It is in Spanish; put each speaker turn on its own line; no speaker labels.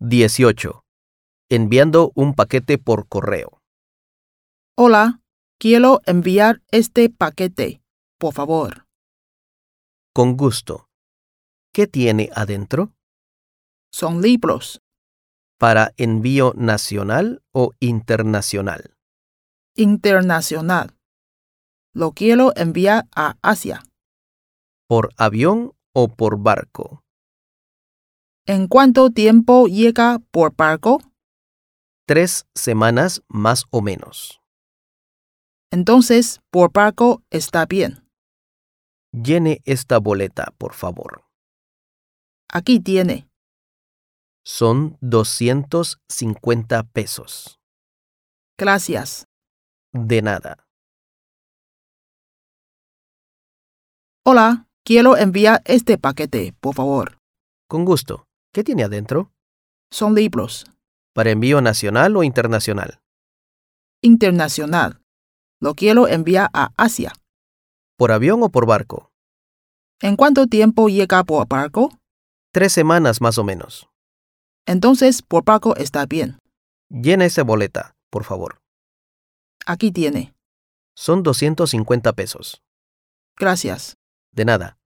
18. Enviando un paquete por correo.
Hola, quiero enviar este paquete, por favor.
Con gusto. ¿Qué tiene adentro?
Son libros
¿Para envío nacional o internacional?
internacional. Lo quiero enviar a Asia.
¿Por avión o por barco?
¿En cuánto tiempo llega por barco?
Tres semanas más o menos.
Entonces, por barco está bien.
Llene esta boleta, por favor.
Aquí tiene.
Son 250 pesos.
Gracias.
De nada.
Hola, quiero enviar este paquete, por favor.
Con gusto. ¿Qué tiene adentro?
Son libros.
¿Para envío nacional o internacional?
Internacional. Lo quiero enviar a Asia.
¿Por avión o por barco?
¿En cuánto tiempo llega por barco?
Tres semanas más o menos.
Entonces, por barco está bien.
Llena esa boleta, por favor.
Aquí tiene.
Son 250 pesos.
Gracias.
De nada.